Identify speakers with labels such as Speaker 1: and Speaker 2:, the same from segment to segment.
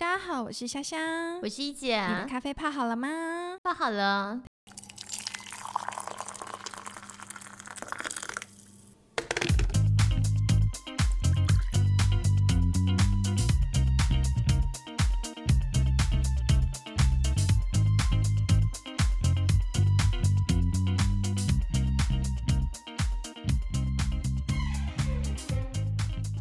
Speaker 1: 大家好，我是香香
Speaker 2: 我。是一姐，
Speaker 1: 你的咖啡泡好了吗？
Speaker 2: 泡好了。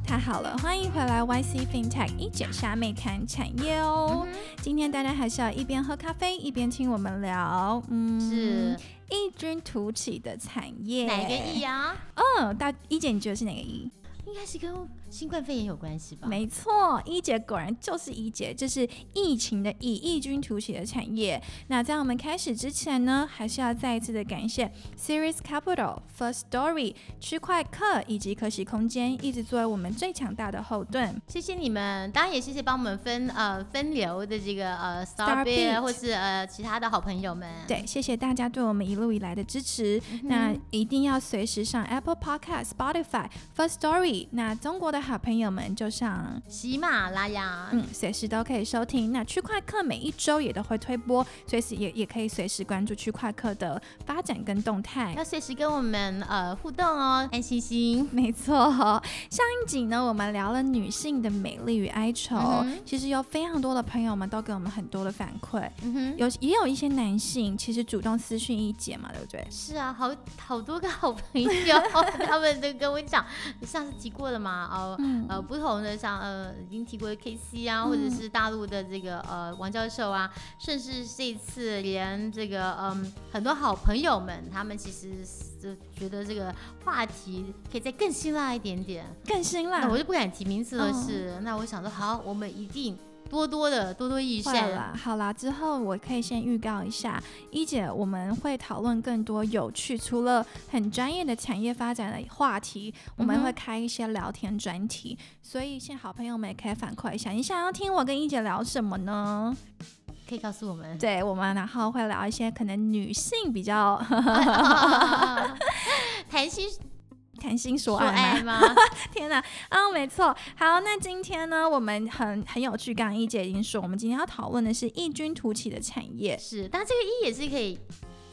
Speaker 1: 太好了，欢迎回来 YC FinTech 一姐虾妹谈产业哦。
Speaker 2: 嗯
Speaker 1: 今天大家还是要一边喝咖啡一边听我们聊，嗯，
Speaker 2: 是
Speaker 1: 异军突起的产业。
Speaker 2: 哪一个疫？啊？
Speaker 1: 嗯，大一姐你觉得是哪个疫？
Speaker 2: 应该是跟新冠肺炎有关系吧？
Speaker 1: 没错，一姐果然就是一姐，这是疫情的疫，异军突起的产业。那在我们开始之前呢，还是要再一次的感谢 Series Capital、First Story、区块客以及可喜空间，一直作为我们最强大的后盾。
Speaker 2: 谢谢你们，当然也谢谢帮我们分呃分流的这个呃
Speaker 1: Star
Speaker 2: Star
Speaker 1: Beat
Speaker 2: Beer 或是呃其他的好朋友们。
Speaker 1: 对，谢谢大家对我们一路以来的支持。那一定要随时上 Apple Podcast、Spotify、First Story。那中国的好朋友们就上
Speaker 2: 喜马拉雅，
Speaker 1: 嗯，随时都可以收听。那区块客每一周也都会推播，随时也也可以随时关注区块客的发展跟动态。
Speaker 2: 要随时跟我们呃互动哦，安心心。
Speaker 1: 没错，哦上一集呢，我们聊了女性的美丽与哀愁。
Speaker 2: 嗯哼
Speaker 1: 其实有非常多的朋友们都给我们很多的反馈，
Speaker 2: 嗯哼，
Speaker 1: 有也有一些男性其实主动私讯一姐嘛，对不对？
Speaker 2: 是啊，好好多个好朋友， 他们都跟我讲，你上次提过了嘛？哦、
Speaker 1: 嗯
Speaker 2: 呃，不同的像呃，已经提过的 KC 啊，或者
Speaker 1: 嗯
Speaker 2: 是大陆的这个呃王教授啊，甚至这一次连这个嗯很多好朋友们，他们其实是觉得这个话题可以再更辛辣一点点。
Speaker 1: 更辛辣
Speaker 2: 那我就不敢提名字了，
Speaker 1: 嗯
Speaker 2: 是、那我想说好，我们一定多多的多多益
Speaker 1: 会
Speaker 2: 善。
Speaker 1: 啦，好啦，之后我可以先预告一下，一姐，我们会讨论更多有趣，除了很专业的产业发展的话题，我
Speaker 2: 嗯
Speaker 1: 们
Speaker 2: 哼
Speaker 1: 会开一些聊天专题，所以现在好朋友们也可以反馈一下，你想要听我跟一姐聊什么呢？
Speaker 2: 可以告诉我 们。
Speaker 1: 对我们，然后会聊一些可能女性比较
Speaker 2: 谈心
Speaker 1: 谈心说
Speaker 2: 说
Speaker 1: 爱吗
Speaker 2: 爱吗？
Speaker 1: 天呐，啊，没错。好，那今天呢，我们很很有趣，刚刚一姐已经说，我们今天要讨论的是异军突起的产业，
Speaker 2: 是，但这个一也是可以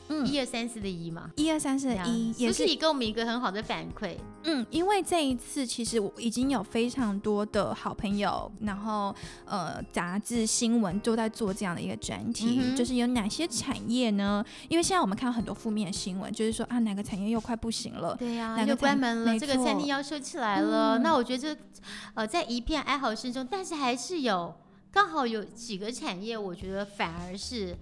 Speaker 1: 嗯，
Speaker 2: 一二三四的一嘛，
Speaker 1: 一二三四
Speaker 2: 这
Speaker 1: 的
Speaker 2: 样
Speaker 1: 一，也
Speaker 2: 就是也给我们一个很好的反馈。
Speaker 1: 嗯，因为这一次其实我已经有非常多的好朋友，然后呃，杂志、新闻都在做这样的一个专题，
Speaker 2: 嗯哼
Speaker 1: 就是有哪些产业呢？因为现在我们看到很多负面新闻，就是说啊，哪个产业又快不行了。
Speaker 2: 对呀、
Speaker 1: 哪个
Speaker 2: 又关
Speaker 1: 餐
Speaker 2: 门
Speaker 1: 没
Speaker 2: 了，这个餐
Speaker 1: 错
Speaker 2: 厅要收起来了。
Speaker 1: 嗯
Speaker 2: 那我觉得这，呃，在一片哀嚎声中，但是还是有刚好有几个产业，我觉得反而是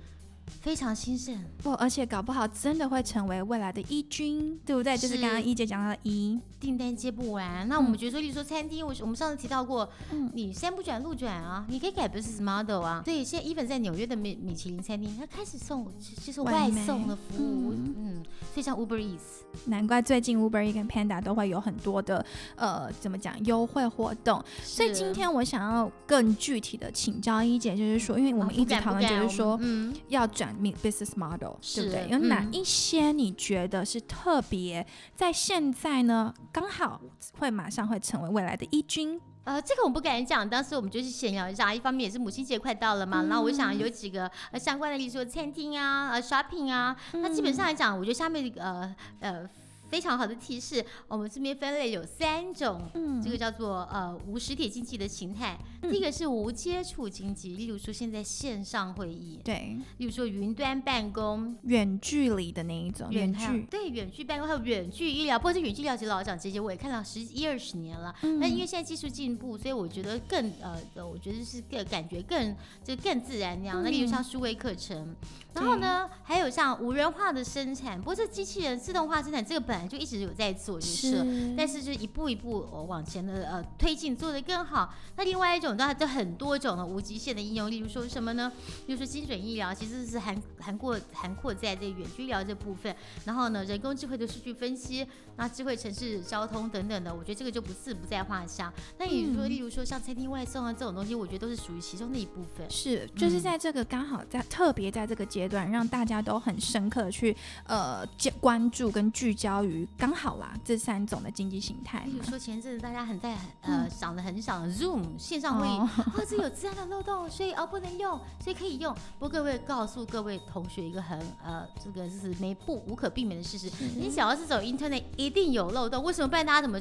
Speaker 2: 非常兴盛。
Speaker 1: 不，而且搞不好真的会成为未来的一军，对不对？就是
Speaker 2: 是
Speaker 1: 刚刚一姐讲到的一，
Speaker 2: 订单接不完，那我们觉得说，例如说餐厅，我我们上次提到过，
Speaker 1: 嗯
Speaker 2: 你山不转路转啊，你可以改 business model 啊。对，现在 even 在纽约的米米其林餐厅，它开始送就是
Speaker 1: 外
Speaker 2: 外
Speaker 1: 卖
Speaker 2: 送的服务，
Speaker 1: 嗯
Speaker 2: 嗯，所以像 Uber Eats，
Speaker 1: 难怪最近 Uber E 跟 Panda 都会有很多的呃，怎么讲优惠活动。所以
Speaker 2: 是啊
Speaker 1: 今天我想要更具体的请教一姐，就是说，因为我
Speaker 2: 啊
Speaker 1: 们
Speaker 2: 不
Speaker 1: 一直
Speaker 2: 敢不
Speaker 1: 讨论就
Speaker 2: 敢
Speaker 1: 是
Speaker 2: 我
Speaker 1: 说，
Speaker 2: 们嗯，
Speaker 1: 要转 mi- business model，对不
Speaker 2: 是
Speaker 1: 对？有哪
Speaker 2: 嗯
Speaker 1: 一些你觉得是特别在现在呢？刚好会马上会成为未来的一军，
Speaker 2: 呃，这个我不敢讲，当时我们就是闲聊一下，一方面也是母亲节快到了嘛，那、我想有几个呃相关的，例如说餐厅啊、呃 shopping 啊，那基本上来讲，我觉得下面呃呃非常好的提示，我们这边分类有三种。
Speaker 1: 嗯
Speaker 2: 这个叫做呃无实体经济的形态，第一个是无接触经济，例如说现在线上会议，
Speaker 1: 对
Speaker 2: 例如说云端办公，
Speaker 1: 远距离的那一种远
Speaker 2: 还有
Speaker 1: 距，
Speaker 2: 对远距办公还有远距医疗，不过这远距医疗其实老实讲，这些我也看到十一二十年了，那
Speaker 1: 嗯
Speaker 2: 因为现在技术进步，所以我觉得更呃，呃我觉得是更感觉更就更自然那样。那例如像
Speaker 1: 嗯
Speaker 2: 数位课程，然后呢，还有像无人化的生产，不过这机器人自动化生产这个本来就一直有在做，就是。
Speaker 1: 嗯
Speaker 2: 但是就一步一步呃往前的呃推进，做得更好。那另外一种当然就很多种的无极限的应用，例如说什么呢？比如说精准医疗，其实是涵涵括涵括在这个远距医疗这部分。然后呢，人工智慧的数据分析，那智慧城市交通等等的，我觉得这个就不是不在话下。那你说，
Speaker 1: 嗯
Speaker 2: 例如说像餐厅外送啊这种东西，我觉得都是属于其中的一部分。
Speaker 1: 是，就是
Speaker 2: 嗯
Speaker 1: 在这个刚好在特别在这个阶段，让大家都很深刻地去呃接关注跟聚焦高于刚好啦这三种的经济形态
Speaker 2: 比如
Speaker 1: 嘛。
Speaker 2: 说前阵子大家很在呃想的很想 Zoom 线上会议，
Speaker 1: 嗯哦
Speaker 2: 啊、这有自然的漏洞，所以啊不能用，所以可以用。不过各位告诉各位同学一个很呃这个是没不无可避免的事实，
Speaker 1: 嗯
Speaker 2: 你想要是走 Internet 一定有漏洞，为什么不然大家怎么？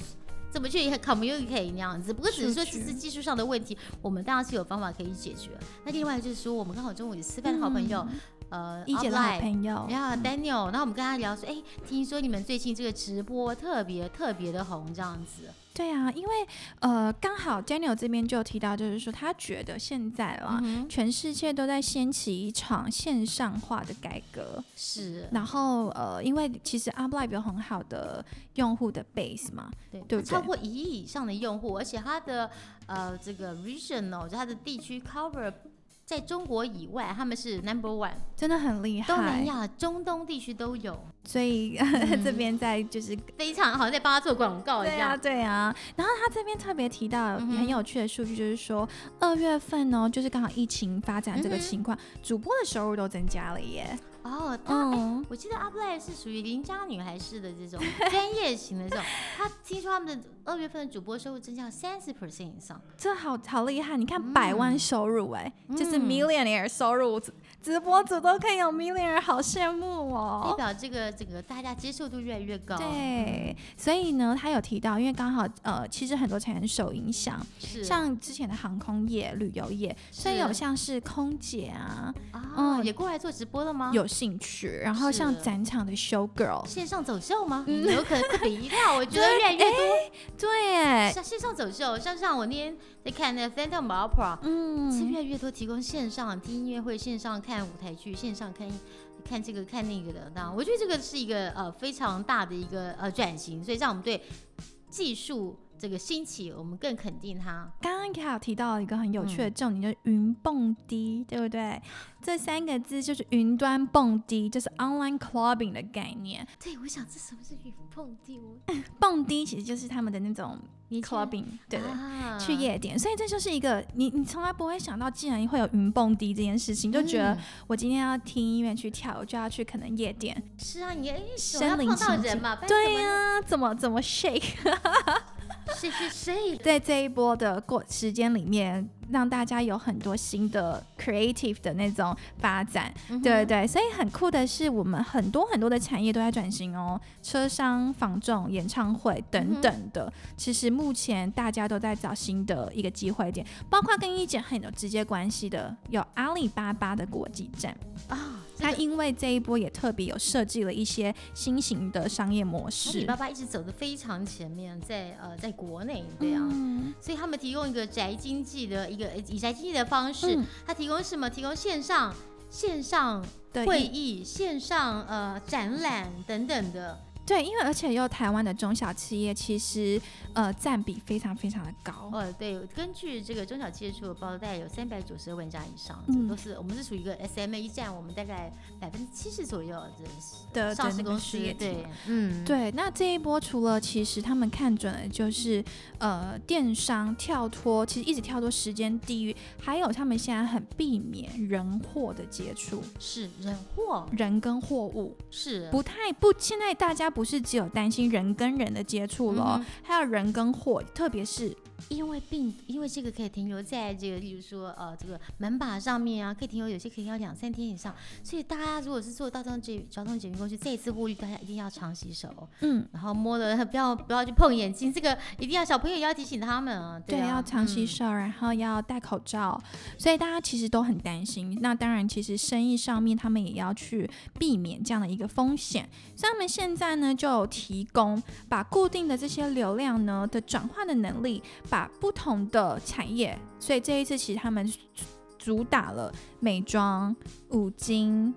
Speaker 2: 怎么去 communicate 那样子？不过只是说
Speaker 1: 出
Speaker 2: 只
Speaker 1: 去
Speaker 2: 是技术上的问题，我们当然是有方法可以解决。那另外就是说，我们刚好中午也吃饭的好朋友，
Speaker 1: 嗯
Speaker 2: 呃，
Speaker 1: 一姐的好
Speaker 2: offline
Speaker 1: 朋友，
Speaker 2: 然后 Daniel，然后我们跟他聊说，哎，听说你们最近这个直播特别特别的红，这样子。
Speaker 1: 对啊，因为呃，刚好 Daniel 这边就有提到，就是说他觉得现在啦，
Speaker 2: 嗯哼
Speaker 1: 全世界都在掀起一场线上化的改革，
Speaker 2: 是，
Speaker 1: 然后呃，因为其实 Uplive 有很好的用户的 base 嘛，
Speaker 2: 对，
Speaker 1: 对不
Speaker 2: 它超
Speaker 1: 对
Speaker 2: 过一亿以上的用户，而且它的呃这个 regional，就它的地区 cover。在中国以外，他们是 number one，
Speaker 1: 真的很厉害。
Speaker 2: 东南亚、中东地区都有，
Speaker 1: 所以、 这边在就是
Speaker 2: 非常好，在帮他做广嗯告一
Speaker 1: 对啊
Speaker 2: 样。
Speaker 1: 对啊。然后他这边特别提到
Speaker 2: 嗯哼
Speaker 1: 很有趣的数据，就是说二月份呢，就是刚好疫情发展这个
Speaker 2: 嗯哼
Speaker 1: 情况，主播的收入都增加了耶。
Speaker 2: 哦，他、哎
Speaker 1: 嗯，
Speaker 2: 我记得 Uplay 是属于邻家女孩式的这种专业型的这种，他听说他们的二月份的主播收入增加三十 percent 以上。
Speaker 1: 这好好厉害！你看百
Speaker 2: 嗯
Speaker 1: 万收入哎、就是 millionaire 收入，直直播主都可以有 millionaire，好羡慕
Speaker 2: 代
Speaker 1: 哦。
Speaker 2: 表这个这个大家接受度越来越高。，
Speaker 1: 对，所以呢，他有提到，因为刚好呃，其实很多产业受影响，
Speaker 2: 是
Speaker 1: 像之前的航空业、旅游业，所以
Speaker 2: 是
Speaker 1: 有像是空姐啊
Speaker 2: 啊，
Speaker 1: 嗯
Speaker 2: 也过来做直播了吗？
Speaker 1: 有兴趣，然后
Speaker 2: 啊是
Speaker 1: 像展场的 show girl，
Speaker 2: 线上走秀吗？有可能这比一跳，我觉得越来越多。
Speaker 1: 对耶，
Speaker 2: 像线上走秀，像像我那天在看那个 Phantom Opera，是
Speaker 1: 嗯，
Speaker 2: 越来越多提供线上听音乐会、线上看舞台剧、线上看看这个看那个的。那我觉得这个是一个呃非常大的一个呃转型，所以让我们对技术这个兴起，我们更肯定它。
Speaker 1: 刚刚凯有提到一个很有趣的重点，就是云蹦迪，对不对？这三个字就是云端蹦迪，就是 online clubbing 的概念。
Speaker 2: 对，我想这什么是云碰地？我
Speaker 1: 蹦迪其实就是他们的那种
Speaker 2: 你
Speaker 1: clubbing，对对。
Speaker 2: 啊
Speaker 1: 去夜店，所以这就是一个你你从来不会想到，竟然会有云蹦迪这件事情，就觉得
Speaker 2: 嗯
Speaker 1: 我今天要听音乐去跳，我就要去可能夜店，
Speaker 2: 是啊，你哎，总要
Speaker 1: 身临
Speaker 2: 碰到
Speaker 1: 其
Speaker 2: 人
Speaker 1: 境
Speaker 2: 嘛，不然
Speaker 1: 对呀、哎怎么怎么 shake？
Speaker 2: 怎么，是是是，
Speaker 1: 在这一波的过时间里面，让大家有很多新的 creative 的那种发展，
Speaker 2: 嗯哼
Speaker 1: 对对，所以很酷的是，我们很多很多的产业都在转型哦，车商、房仲、演唱会等
Speaker 2: 嗯
Speaker 1: 等的。其实目前大家都在找新的一个机会点，包括跟一姐很有直接关系的，有阿里巴巴的国际站，
Speaker 2: 啊，这
Speaker 1: 它
Speaker 2: 个
Speaker 1: 因为这一波也特别有设计了一些新型的商业模
Speaker 2: 阿里
Speaker 1: 式
Speaker 2: 巴。巴一直走的非常前面，在呃，在国内对啊。
Speaker 1: 嗯
Speaker 2: 所以他们提供一个宅经济的一个呃以宅经济的方式，
Speaker 1: 嗯
Speaker 2: 它提供什么？提供线上、线上
Speaker 1: 对
Speaker 2: 会议、线上呃展览等等的。
Speaker 1: 对，因为而且又台湾的中小企业其实呃占比非常非常的高，
Speaker 2: 呃，对，根据这个中小企业出的报告，大概有三百九十万家以上，
Speaker 1: 嗯
Speaker 2: 这都是我们是属于一个 SME 占我们大概百分之七十左右的
Speaker 1: 的
Speaker 2: 哦上
Speaker 1: 的
Speaker 2: 市
Speaker 1: 呃那个
Speaker 2: 公
Speaker 1: 事
Speaker 2: 司
Speaker 1: 业。体
Speaker 2: 对，嗯，
Speaker 1: 对，那这一波除了其实他们看准了就是呃电商跳脱，其实一直跳脱时间地域，还有他们现在很避免人货的接触，
Speaker 2: 是人祸，
Speaker 1: 人跟货物
Speaker 2: 是
Speaker 1: 不太不，现在大家不是只有担心人跟人的接触了哦，
Speaker 2: 嗯
Speaker 1: 还有人跟货，特别是
Speaker 2: 因为病，因为这个可以停留在这个，例如说呃，这个门把上面啊，可以停留，有些可以要两三天以上。所以大家如果是坐大众捷交通捷运工具，再一次呼吁大家一定要常洗手，
Speaker 1: 嗯。
Speaker 2: 然后摸了不要不要去碰眼睛，这个一定要小朋友也要提醒他们啊，
Speaker 1: 对，
Speaker 2: 啊
Speaker 1: 要常洗、手，然后要戴口罩，所以大家其实都很担心。那当然，其实生意上面他们也要去避免这样的一个风险，所以他们现在呢就有提供把固定的这些流量呢的转换的能力，把不同的产业，所以这一次其实他们主打了美妆、五金。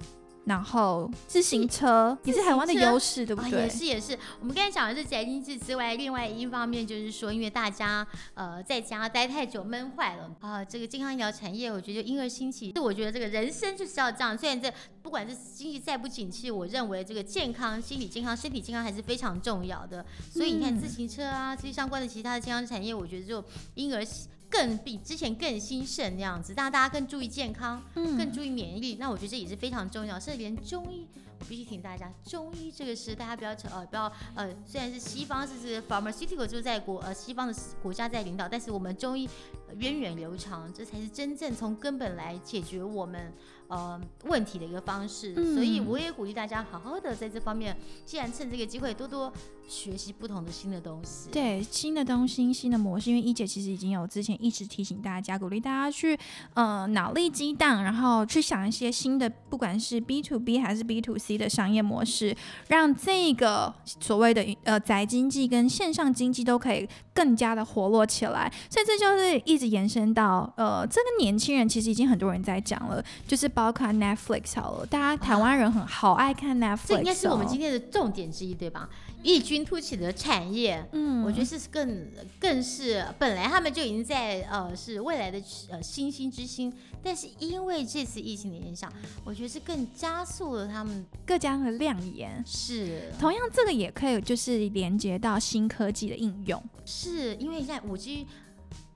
Speaker 1: 然后自行车也是台湾的
Speaker 2: 嗯自行车
Speaker 1: 优势，对不
Speaker 2: 啊，
Speaker 1: 对？
Speaker 2: 也是也是，我们刚才讲的是宅经济之外，另外一方面就是说，因为大家呃在家待太久闷坏了啊、这个健康医疗产业，我觉得因而兴起。我觉得这个人生就是要这样，虽然这不管是经济再不景气，我认为这个健康、心理健康、身体健康还是非常重要的。所以你看
Speaker 1: 嗯
Speaker 2: 自行车啊，这些相关的其他的健康产业，我觉得就因而更比之前更兴盛那样子，让大家更注意健康，
Speaker 1: 嗯
Speaker 2: 更注意免疫力。那我觉得这也是非常重要，甚至连中医，我必须提醒大家，中医这个是大家不要扯呃不要呃，虽然是西方是是 pharmaceutical 就是在国呃西方的国家在领导，但是我们中医呃源远流长，这才是真正从根本来解决我们呃问题的一个方式。
Speaker 1: 嗯
Speaker 2: 所以我也鼓励大家好好的在这方面，既然趁这个机会多多学习不同的新的东西。
Speaker 1: 对新的东西、新的模式，因为一姐其实已经有之前一直提醒大家，鼓励大家去呃脑力激荡，然后去想一些新的，不管是 B to B 还是 B to C 的商业模式，让这个所谓的呃宅经济跟线上经济都可以更加的活络起来。所以这就是一直延伸到呃这个年轻人其实已经很多人在讲了，就是包括 Netflix 好了，大家台湾人很好爱看 Netflix，、哦、
Speaker 2: 这应该是我们今天的重点之一，对吧？异军突起的产业，
Speaker 1: 嗯
Speaker 2: 我觉得是更更是本来他们就已经在呃是未来的呃星星之星，但是因为这次疫情的影响，我觉得是更加速了他们
Speaker 1: 各家的亮眼。
Speaker 2: 是
Speaker 1: 同样，这个也可以就是连接到新科技的应用。
Speaker 2: 是因为现在五 G。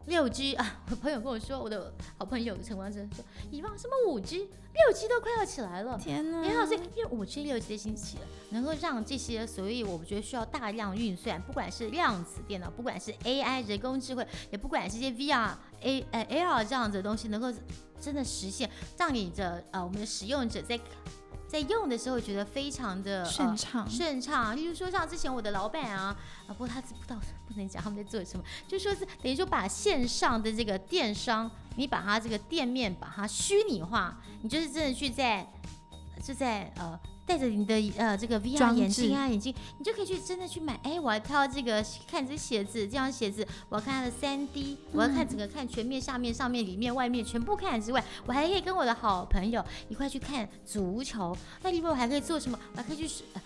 Speaker 2: 六 G 啊，我朋友跟我说，我的好朋友陈光真说，以往什么五 G、六 G 都快要起来了，
Speaker 1: 天啊哪
Speaker 2: 很好，所以因为五 G 六 G 的兴起了，能够让这些，所以我们觉得需要大量运算，不管是量子电脑，不管是 AI 人工智慧，也不管是一些 VR、A 呃 AR 这样子的东西，能够真的实现，让你的呃我们的使用者在在用的时候觉得非常的
Speaker 1: 顺
Speaker 2: 呃
Speaker 1: 畅，
Speaker 2: 顺畅，例如说像之前我的老板啊，啊不过他是不知道 不能讲他们在做什么，就说是等于说把线上的这个电商，你把它这个店面把它虚拟化，你就是真的去在就在呃。带着你的呃这个 VR
Speaker 1: 装
Speaker 2: 眼
Speaker 1: 置
Speaker 2: 镜啊眼镜，你就可以去真的去买。哎，我要挑这个看这鞋子，这双鞋子，我要看它的三 D，我要
Speaker 1: 嗯
Speaker 2: 看整个看全面下面上面里面外面全部看之外，我还可以跟我的好朋友一块去看足球。那里面我还可以做什么？我还可以去是呃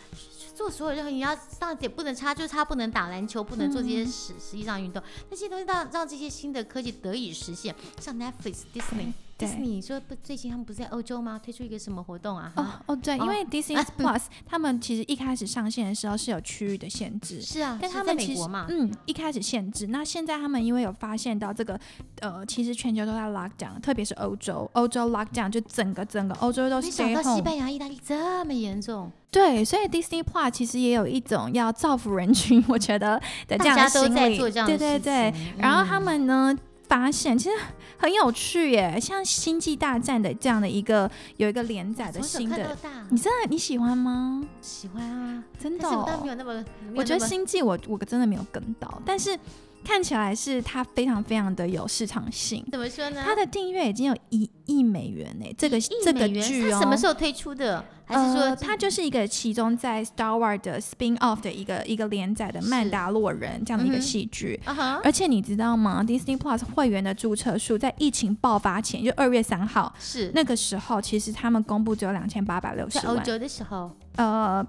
Speaker 2: 做所有任何你要当然也不能差，就是差不能打篮球，不能做这些实实际上运动。那些东西让让这些新的科技得以实现，像 Netflix、Disney。
Speaker 1: 哎对
Speaker 2: Disney，你说不？最近他们不是在欧洲吗？推出一个什么活动啊？
Speaker 1: 哦哦，对，因
Speaker 2: 哦
Speaker 1: 为 Disney
Speaker 2: 啊
Speaker 1: Plus、他们其实一开始上线的时候是有区域的限制，
Speaker 2: 是啊，
Speaker 1: 但
Speaker 2: 是
Speaker 1: 他
Speaker 2: 在
Speaker 1: 们
Speaker 2: 美
Speaker 1: 其实
Speaker 2: 国嘛，
Speaker 1: 嗯一开始限制，那现在他们因为有发现到这个呃，其实全球都在 lockdown，特别是欧洲，欧洲 lockdown 就整个整个欧洲都
Speaker 2: 没
Speaker 1: stay
Speaker 2: 想到西
Speaker 1: home，
Speaker 2: 班牙、意大利这么严重，
Speaker 1: 对，所以 Disney Plus 其实也有一种要造福人群，我觉得的这
Speaker 2: 大
Speaker 1: 样的
Speaker 2: 家
Speaker 1: 心
Speaker 2: 都
Speaker 1: 理，
Speaker 2: 在做这样的
Speaker 1: 对
Speaker 2: 事情。
Speaker 1: 对对，
Speaker 2: 嗯
Speaker 1: 然后他们呢发现，其实很有趣耶，像《星际大战》的这样的一个有一个连载的
Speaker 2: 从小
Speaker 1: 新
Speaker 2: 看到
Speaker 1: 的，
Speaker 2: 大，
Speaker 1: 你真的你喜欢吗？
Speaker 2: 喜欢啊？
Speaker 1: 真的
Speaker 2: 但是我倒没
Speaker 1: 哦、
Speaker 2: 有那么，没有
Speaker 1: 我觉
Speaker 2: 那
Speaker 1: 得《
Speaker 2: 么
Speaker 1: 星际》我我真的没有跟到，但是看起来是它非常非常的有市场性，
Speaker 2: 怎么说呢？
Speaker 1: 它的订阅已经有一亿美元呢，这个这个剧
Speaker 2: 它
Speaker 1: 哦。
Speaker 2: 什么时候推出的？还是说
Speaker 1: 呃、它就是一个其中在 Star Wars 的 spin off 的一个一个连载的《曼
Speaker 2: 是
Speaker 1: 达洛人》这样的一
Speaker 2: 嗯
Speaker 1: 个
Speaker 2: 哼
Speaker 1: 戏剧，
Speaker 2: 啊哈，
Speaker 1: 而且你知道吗？Disney Plus 会员的注册数在疫情爆发前，就二月三号
Speaker 2: 是
Speaker 1: 那个时候，其实他们公布只有两千八百六
Speaker 2: 在
Speaker 1: 十
Speaker 2: 欧
Speaker 1: 万。
Speaker 2: 洲的时候，
Speaker 1: 呃，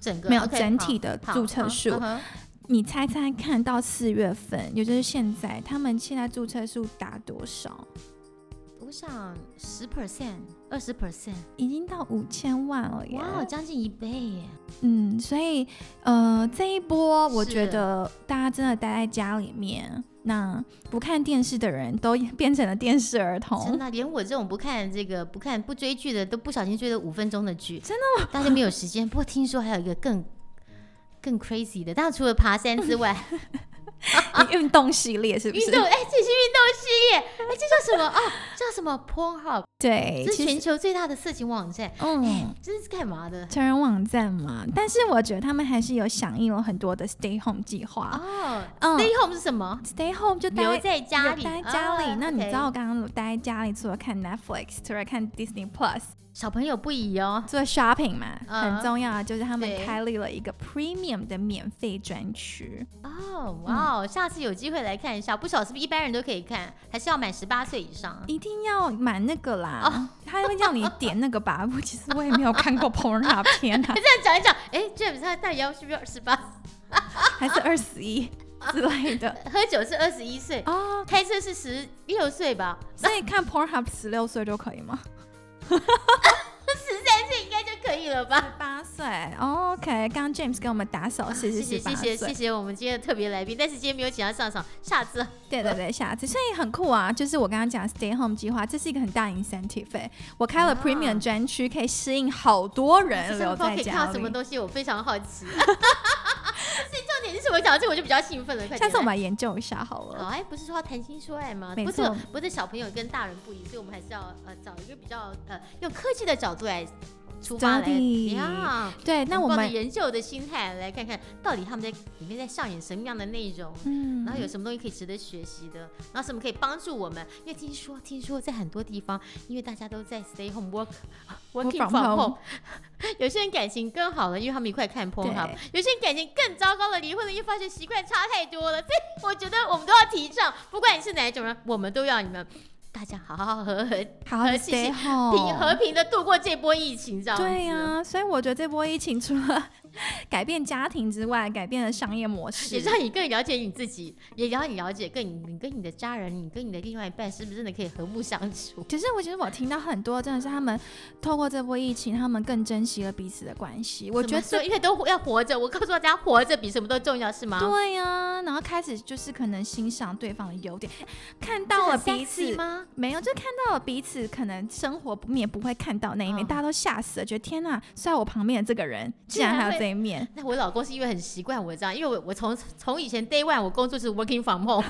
Speaker 2: 整个
Speaker 1: 没有
Speaker 2: OK，
Speaker 1: 整
Speaker 2: 好
Speaker 1: 体的
Speaker 2: 好
Speaker 1: 注册
Speaker 2: 好
Speaker 1: 数
Speaker 2: 嗯哼
Speaker 1: 你猜猜看到四月份，也就是现在，他们现在注册数达多少？
Speaker 2: 我想十 percent、二十 percent，
Speaker 1: 已经到五千万了耶！
Speaker 2: 哇，将近一倍耶！
Speaker 1: 嗯，所以呃，这一波我
Speaker 2: 是
Speaker 1: 觉得大家真的待在家里面，那不看电视的人都变成了电视儿童
Speaker 2: 真。的，连我这种不看这个、不看不追剧的，都不小心追了五分钟的剧，真的吗？大家没有时间。不过听说还有一个更更 crazy 的，当然除了爬山 之外，
Speaker 1: 你运动系列是不
Speaker 2: 啊运
Speaker 1: 是？
Speaker 2: 动哎，这是运动系列，哎，这叫什么啊？叫什么 Pornhub？
Speaker 1: 对，
Speaker 2: 这是
Speaker 1: 哎其实
Speaker 2: 全球最大的色情网站，哎
Speaker 1: 嗯。
Speaker 2: 这是干嘛的？
Speaker 1: 成人网站嘛，但是我觉得他们还是有响应了很多的 stay home 计划。
Speaker 2: 哦
Speaker 1: 嗯
Speaker 2: ，Stay home 是什么？
Speaker 1: stay home 就
Speaker 2: 留
Speaker 1: 待
Speaker 2: 在家里，
Speaker 1: 有待家里。
Speaker 2: 哦
Speaker 1: 那你
Speaker 2: OK
Speaker 1: 知道我刚刚待在家里，除了看 Netflix，除了看 Disney Plus，
Speaker 2: 小朋友不宜哦。
Speaker 1: 做 shopping 嘛，
Speaker 2: 嗯
Speaker 1: 很重要啊。就是他们
Speaker 2: 对
Speaker 1: 开立了一个 premium 的免费专区。
Speaker 2: 哦，哇
Speaker 1: 嗯
Speaker 2: 哦，下次有机会来看一下，不晓得是不是一般人都可以看，还是要满十八岁以上啊？
Speaker 1: 一定要买那个啦，
Speaker 2: 哦
Speaker 1: 他会叫你点那个吧。我其实我也没有看 过 porn 那片啊，
Speaker 2: 这样讲一讲，哎，James 他到底要是不是二十八？
Speaker 1: 还是二十一之类的
Speaker 2: 喝酒是二十一岁，
Speaker 1: 哦。
Speaker 2: 开车是十六岁吧？
Speaker 1: 所以看 Pornhub 十六岁就可以吗？
Speaker 2: 这应该就可以以了吧？
Speaker 1: 八岁，OK。刚刚 James 给我们打手势是
Speaker 2: 啊谢
Speaker 1: 十八
Speaker 2: 谢谢谢谢
Speaker 1: 岁，
Speaker 2: 谢我们今天的特别来宾，但是今天没有请他上场，下次
Speaker 1: 对对对，下次所以很酷啊！就是我刚刚讲 Stay Home 计划，这是一个很大 incentive 欸。我开了
Speaker 2: 啊
Speaker 1: Premium 专区，可以适应好多人
Speaker 2: 上
Speaker 1: 留
Speaker 2: 报
Speaker 1: 在
Speaker 2: 可以看
Speaker 1: 家
Speaker 2: 到什么
Speaker 1: 里。
Speaker 2: 东西，我非常好奇。所以 重点是什么？讲到这个我就比较兴奋了，快
Speaker 1: 下
Speaker 2: 点
Speaker 1: 次我
Speaker 2: 来。
Speaker 1: 们来研究一下好
Speaker 2: 好，
Speaker 1: 了。
Speaker 2: 哎，不是说要谈心说爱吗？
Speaker 1: 没
Speaker 2: 不是有
Speaker 1: 错，
Speaker 2: 不是小朋友跟大人不一，所以我们还是要呃找一个比较呃用科技的角度来出发
Speaker 1: 到
Speaker 2: 来
Speaker 1: 底
Speaker 2: 呀。
Speaker 1: 对，那我
Speaker 2: 抱着
Speaker 1: 们
Speaker 2: 研究的心态来看看，到底他们在里面在上演什么样的内容，
Speaker 1: 嗯
Speaker 2: 然后有什么东西可以值得学习的，然后什么可以帮助我们？因为听说，听说在很多地方，因为大家都在 stay home work
Speaker 1: Work
Speaker 2: working
Speaker 1: from
Speaker 2: from
Speaker 1: home
Speaker 2: home，有 些人感情更好了，因为他们一块看 p o
Speaker 1: 对
Speaker 2: r 有些人感情更糟糕了，离婚了，因为发现习惯差太多了。所 以我觉得我们都要提倡，不管你是哪一种人，我们都要你们大家好好和和
Speaker 1: 好好
Speaker 2: 和
Speaker 1: 的
Speaker 2: 气气
Speaker 1: Stay
Speaker 2: 平
Speaker 1: Home。
Speaker 2: 和平的度过这波疫情，这样子。
Speaker 1: 哦对呀、所以我觉得这波疫情除了 改变家庭之外，改变了商业模
Speaker 2: 也
Speaker 1: 式。
Speaker 2: 让你更了解你自己，也让你了解更你你跟你的家人，你跟你的另外一半是不是真的可以和睦相处？
Speaker 1: 其实我其实我听到很多真的是他们透过这波疫情，他们更珍惜了彼此的关系。我觉得
Speaker 2: 怎么说因为都要活着，我告诉大家，活着比什么都重要，是吗？
Speaker 1: 对呀、然后开始就是可能欣赏对方的优点，看
Speaker 2: 这
Speaker 1: 到了
Speaker 2: 很
Speaker 1: 彼
Speaker 2: sexy
Speaker 1: 此。
Speaker 2: 吗？
Speaker 1: 没有，就看到了彼此可能生活不免不会看到那一面，
Speaker 2: 嗯
Speaker 1: 大家都吓死了，觉得天哪！虽然我旁边的这个人，竟然
Speaker 2: 竟然
Speaker 1: 还有
Speaker 2: 会
Speaker 1: 这一面，
Speaker 2: 那我老公是因为很习惯我这样，因为我我从从以前 day one 我工作是 working from home，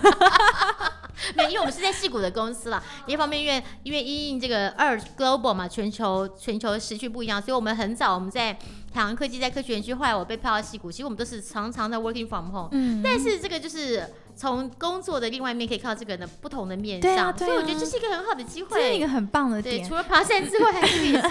Speaker 2: 没有，因为我们是在戏谷的公司啦。一方面因为因为因应这个二 global 嘛，全球全球时区不一样，所以我们很早我们在台湾科技在科学园区，后来我被派到戏谷，其实我们都是常常在 working from home。
Speaker 1: 嗯，
Speaker 2: 但是这个就是从工作的另外一面可以看到这个人的不同的面
Speaker 1: 对
Speaker 2: 相，
Speaker 1: 啊对
Speaker 2: 所以我
Speaker 1: 啊
Speaker 2: 觉得这是一个很好的机
Speaker 1: 这是一
Speaker 2: 会。
Speaker 1: 个很棒的
Speaker 2: 对，
Speaker 1: 点。
Speaker 2: 除了爬山之外，还有一个也是，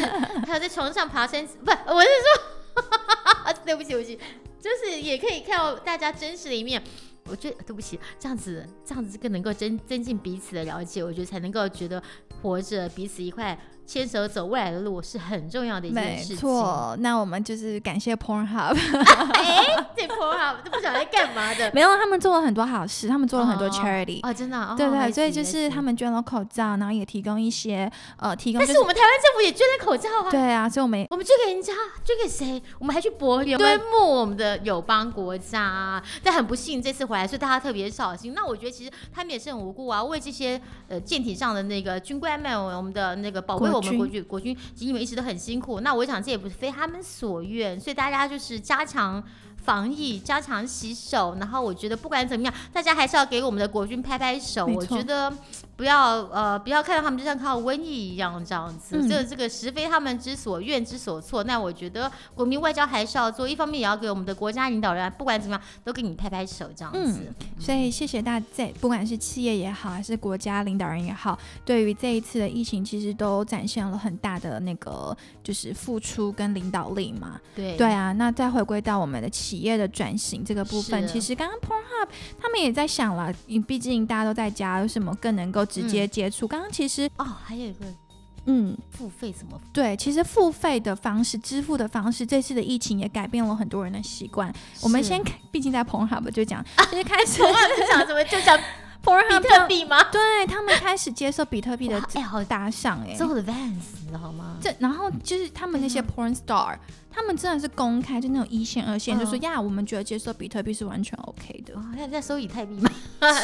Speaker 2: 还有在床上爬山， 不，我是说，对不起，对不起，就是也可以看到大家真实的一面。我觉得对不起，这样子这样子更能够增增进彼此的了解，我觉得才能够觉得活着彼此一块牵手走未来的路是很重要的一件
Speaker 1: 没
Speaker 2: 事情。
Speaker 1: 错，那我们就是感谢 Pornhub，
Speaker 2: 哎，这波啊，都不晓得在干嘛的
Speaker 1: 没有他们做了很多好事，他们做了很多
Speaker 2: 哦
Speaker 1: charity，、
Speaker 2: 哦，真的啊、哦，
Speaker 1: 对对，
Speaker 2: I
Speaker 1: 所以
Speaker 2: see，
Speaker 1: 就
Speaker 2: I
Speaker 1: 是
Speaker 2: see
Speaker 1: 他们捐了口罩，然后也提供一些呃提供、
Speaker 2: 但
Speaker 1: 就是
Speaker 2: 我们台湾政府也捐了口罩啊。
Speaker 1: 对啊，所以我们也
Speaker 2: 我们捐给人家，捐给谁？我们还去柏林
Speaker 1: 我们
Speaker 2: 敦睦我们的友邦国家，啊但很不幸这次回来，所以大家特别小心。那我觉得其实他们也是很无辜啊，为这些呃舰艇上的那个军官们，我们的那个保卫
Speaker 1: 国
Speaker 2: 我们
Speaker 1: 军
Speaker 2: 国军国军，其实你们一直都很辛苦。那我想这也不是非他们所愿，所以大家就是加强。防疫加强洗手，然后我觉得不管怎么样，大家还是要给我们的国军拍拍手。
Speaker 1: 没
Speaker 2: 我
Speaker 1: 错
Speaker 2: 觉得不要呃，不要看到他们就像看到瘟疫一样这样子，
Speaker 1: 嗯
Speaker 2: 这这个实非他们之所愿之所措。那我觉得国民外交还是要做，一方面也要给我们的国家领导人，不管怎么样都给你拍拍手这样子。
Speaker 1: 所以谢谢大家，在不管是企业也好，还是国家领导人也好，对于这一次的疫情，其实都展现了很大的那个就是付出跟领导力嘛。
Speaker 2: 对
Speaker 1: 对啊，那再回归到我们的企业的转型这个部分，
Speaker 2: 是
Speaker 1: 其实刚刚 Pornhub 他们也在想了，因毕竟大家都在家，有什么更能够
Speaker 2: 嗯
Speaker 1: 直接接触？刚刚其实
Speaker 2: 哦，还有一个
Speaker 1: 嗯，
Speaker 2: 付费怎么
Speaker 1: 对，其实付费的方式、支付的方式，这次的疫情也改变了很多人的习惯。我们
Speaker 2: 是啊
Speaker 1: 先看，毕竟在 Pornhub 就讲，就是开始
Speaker 2: 讲什么就讲比
Speaker 1: Pornhub
Speaker 2: 特币吗？
Speaker 1: 对他们开始接受比特币的
Speaker 2: 哇哎，好
Speaker 1: 打赏、欸，
Speaker 2: 做 Vans 你知道吗？
Speaker 1: 这然后就是他们那些
Speaker 2: 对
Speaker 1: porn star，他们真的是公开就那种一线、二线，就说
Speaker 2: 嗯
Speaker 1: 呀，我们觉得接受比特币是完全 OK 的
Speaker 2: 哦，，那你在收以太币吗？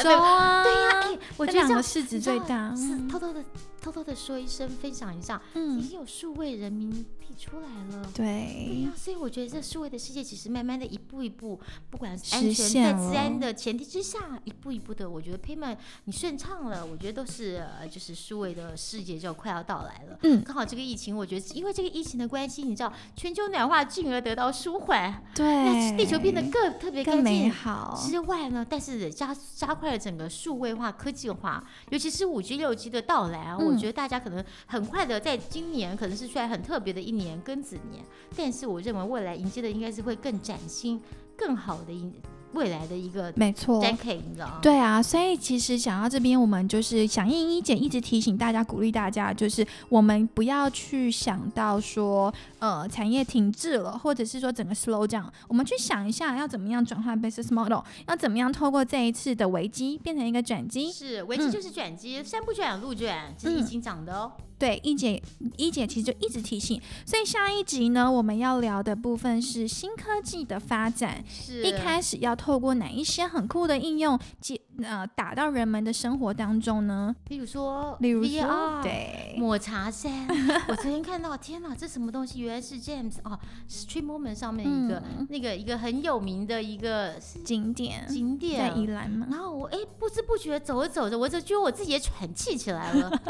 Speaker 1: 收啊，
Speaker 2: 对呀，哎，我
Speaker 1: 我
Speaker 2: 觉
Speaker 1: 觉得
Speaker 2: 得这
Speaker 1: 两个
Speaker 2: 样
Speaker 1: 市值最大，
Speaker 2: 是偷偷的、偷偷的说一声，分享一下，已
Speaker 1: 嗯，
Speaker 2: 经有数位人民币出来了。对
Speaker 1: 对
Speaker 2: 呀、，所以我觉得这数位的世界其实慢慢的一步一步，不管是
Speaker 1: 实
Speaker 2: 安全
Speaker 1: 现
Speaker 2: 在治安
Speaker 1: 了
Speaker 2: 的前提之下，一步一步的，我觉得 payment 你顺畅了，我觉得都是呃，就是数位的世界就快要到来了。
Speaker 1: 嗯
Speaker 2: 刚好这个疫情，我觉得因为这个疫情的关系，你知道全球暖化进而得到舒缓，
Speaker 1: 对，
Speaker 2: 那地球变得更特别
Speaker 1: 更
Speaker 2: 干
Speaker 1: 美
Speaker 2: 净。
Speaker 1: 好，
Speaker 2: 之外呢，但是加加快了整个数位化、科技化，尤其是五 G、六 G 的到来啊，
Speaker 1: 嗯
Speaker 2: 我觉得大家可能很快的，在今年可能是虽然很特别的一年庚子年，但是我认为未来迎接的应该是会更崭新、更好的一未来的一个
Speaker 1: 没错。
Speaker 2: decade，你知道吗？
Speaker 1: 哦对啊，所以其实讲到这边，我们就是响应一姐一直提醒大家、鼓励大家，就是我们不要去想到说，呃，产业停滞了，或者是说整个 slow down，我们去想一下要怎么样转换 business model，要怎么样透过这一次的危机变成一个转机。
Speaker 2: 是，危机就是转机，山不转路转，
Speaker 1: 嗯
Speaker 2: 这是易经讲的哦。
Speaker 1: 对，一姐一姐其实就一直提醒，所以下一集呢，我们要聊的部分是新科技的发展，
Speaker 2: 是，
Speaker 1: 一开始要透过哪一些很酷的应用，接呃打到人们的生活当中呢？
Speaker 2: 比如说，
Speaker 1: 例如说，
Speaker 2: VR，
Speaker 1: 对，
Speaker 2: 抹 茶山，我昨天看到，天哪，这什么东西？原来是 James 哦，Street Moment 上面一个、
Speaker 1: 嗯
Speaker 2: 那个一个很有名的一个是
Speaker 1: 景点
Speaker 2: 景
Speaker 1: 嗯在
Speaker 2: 点。
Speaker 1: 宜兰吗？
Speaker 2: 然后我哎，不知不觉走着走着，我就觉得我自己也喘气起来 了。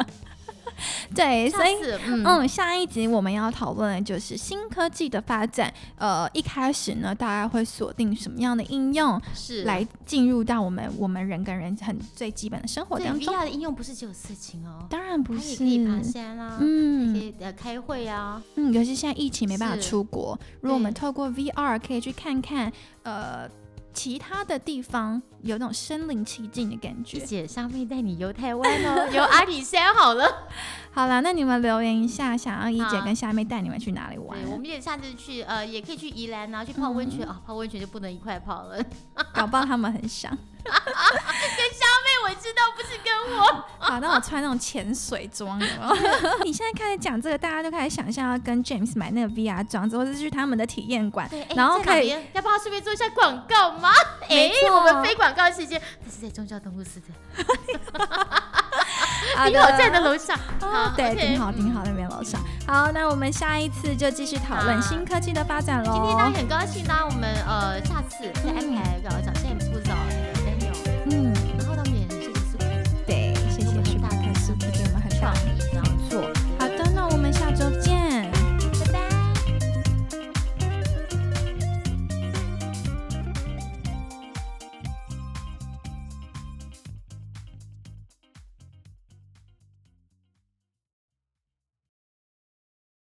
Speaker 1: 对，
Speaker 2: 下
Speaker 1: 所以。
Speaker 2: 次，嗯，
Speaker 1: 嗯，下一集我们要讨论的就是新科技的发展。呃，一开始呢，大家会锁定什么样的应用
Speaker 2: 是。
Speaker 1: 来进入到我们我们人跟人很最基本的生活
Speaker 2: 对
Speaker 1: 当中？
Speaker 2: VR 的应用不是只有色情哦，
Speaker 1: 当然
Speaker 2: 它
Speaker 1: 不
Speaker 2: 也
Speaker 1: 是
Speaker 2: 可，以爬山啊，可
Speaker 1: 嗯
Speaker 2: 以呃开会啊，
Speaker 1: 嗯，尤其现在疫情没办法
Speaker 2: 是
Speaker 1: 出国，如果我
Speaker 2: 对
Speaker 1: 们透过 VR 可以去看看，呃，其他的地方有那种身临其境的感
Speaker 2: 一
Speaker 1: 觉。
Speaker 2: 姐上面带你游台湾哦， 游阿里山好了。
Speaker 1: 好啦，那你们留言一下，想要一姐
Speaker 2: 好
Speaker 1: 跟夏妹带你们去哪里玩
Speaker 2: 对，？我们也下次去呃，也可以去宜兰啊，去泡温
Speaker 1: 嗯
Speaker 2: 泉啊、泡温泉就不能一块泡了。 哎
Speaker 1: 搞不好他们很想。
Speaker 2: 我知道不是跟我
Speaker 1: 好，那我穿那种潜水装有没 有你现在开始讲这个，大家就开始想象要跟 James 买那个 VR 装置，或者是去他们的体验 馆
Speaker 2: 对，哎
Speaker 1: 然后
Speaker 2: 在
Speaker 1: 可
Speaker 2: 哪
Speaker 1: 以
Speaker 2: 边要不要顺便做一下广告吗？哎
Speaker 1: 没，错
Speaker 2: 我们非广告时间，这是在中交东路四的
Speaker 1: 啊
Speaker 2: 挺好站的楼上。
Speaker 1: 哦
Speaker 2: 好，
Speaker 1: 对，
Speaker 2: OK
Speaker 1: 挺好，挺好，那边楼上。好，那我们下一次就继续讨论
Speaker 2: 好嗯
Speaker 1: 新科技的发展喽。
Speaker 2: 今天当然很高兴啦，我们呃下次再安排
Speaker 1: 嗯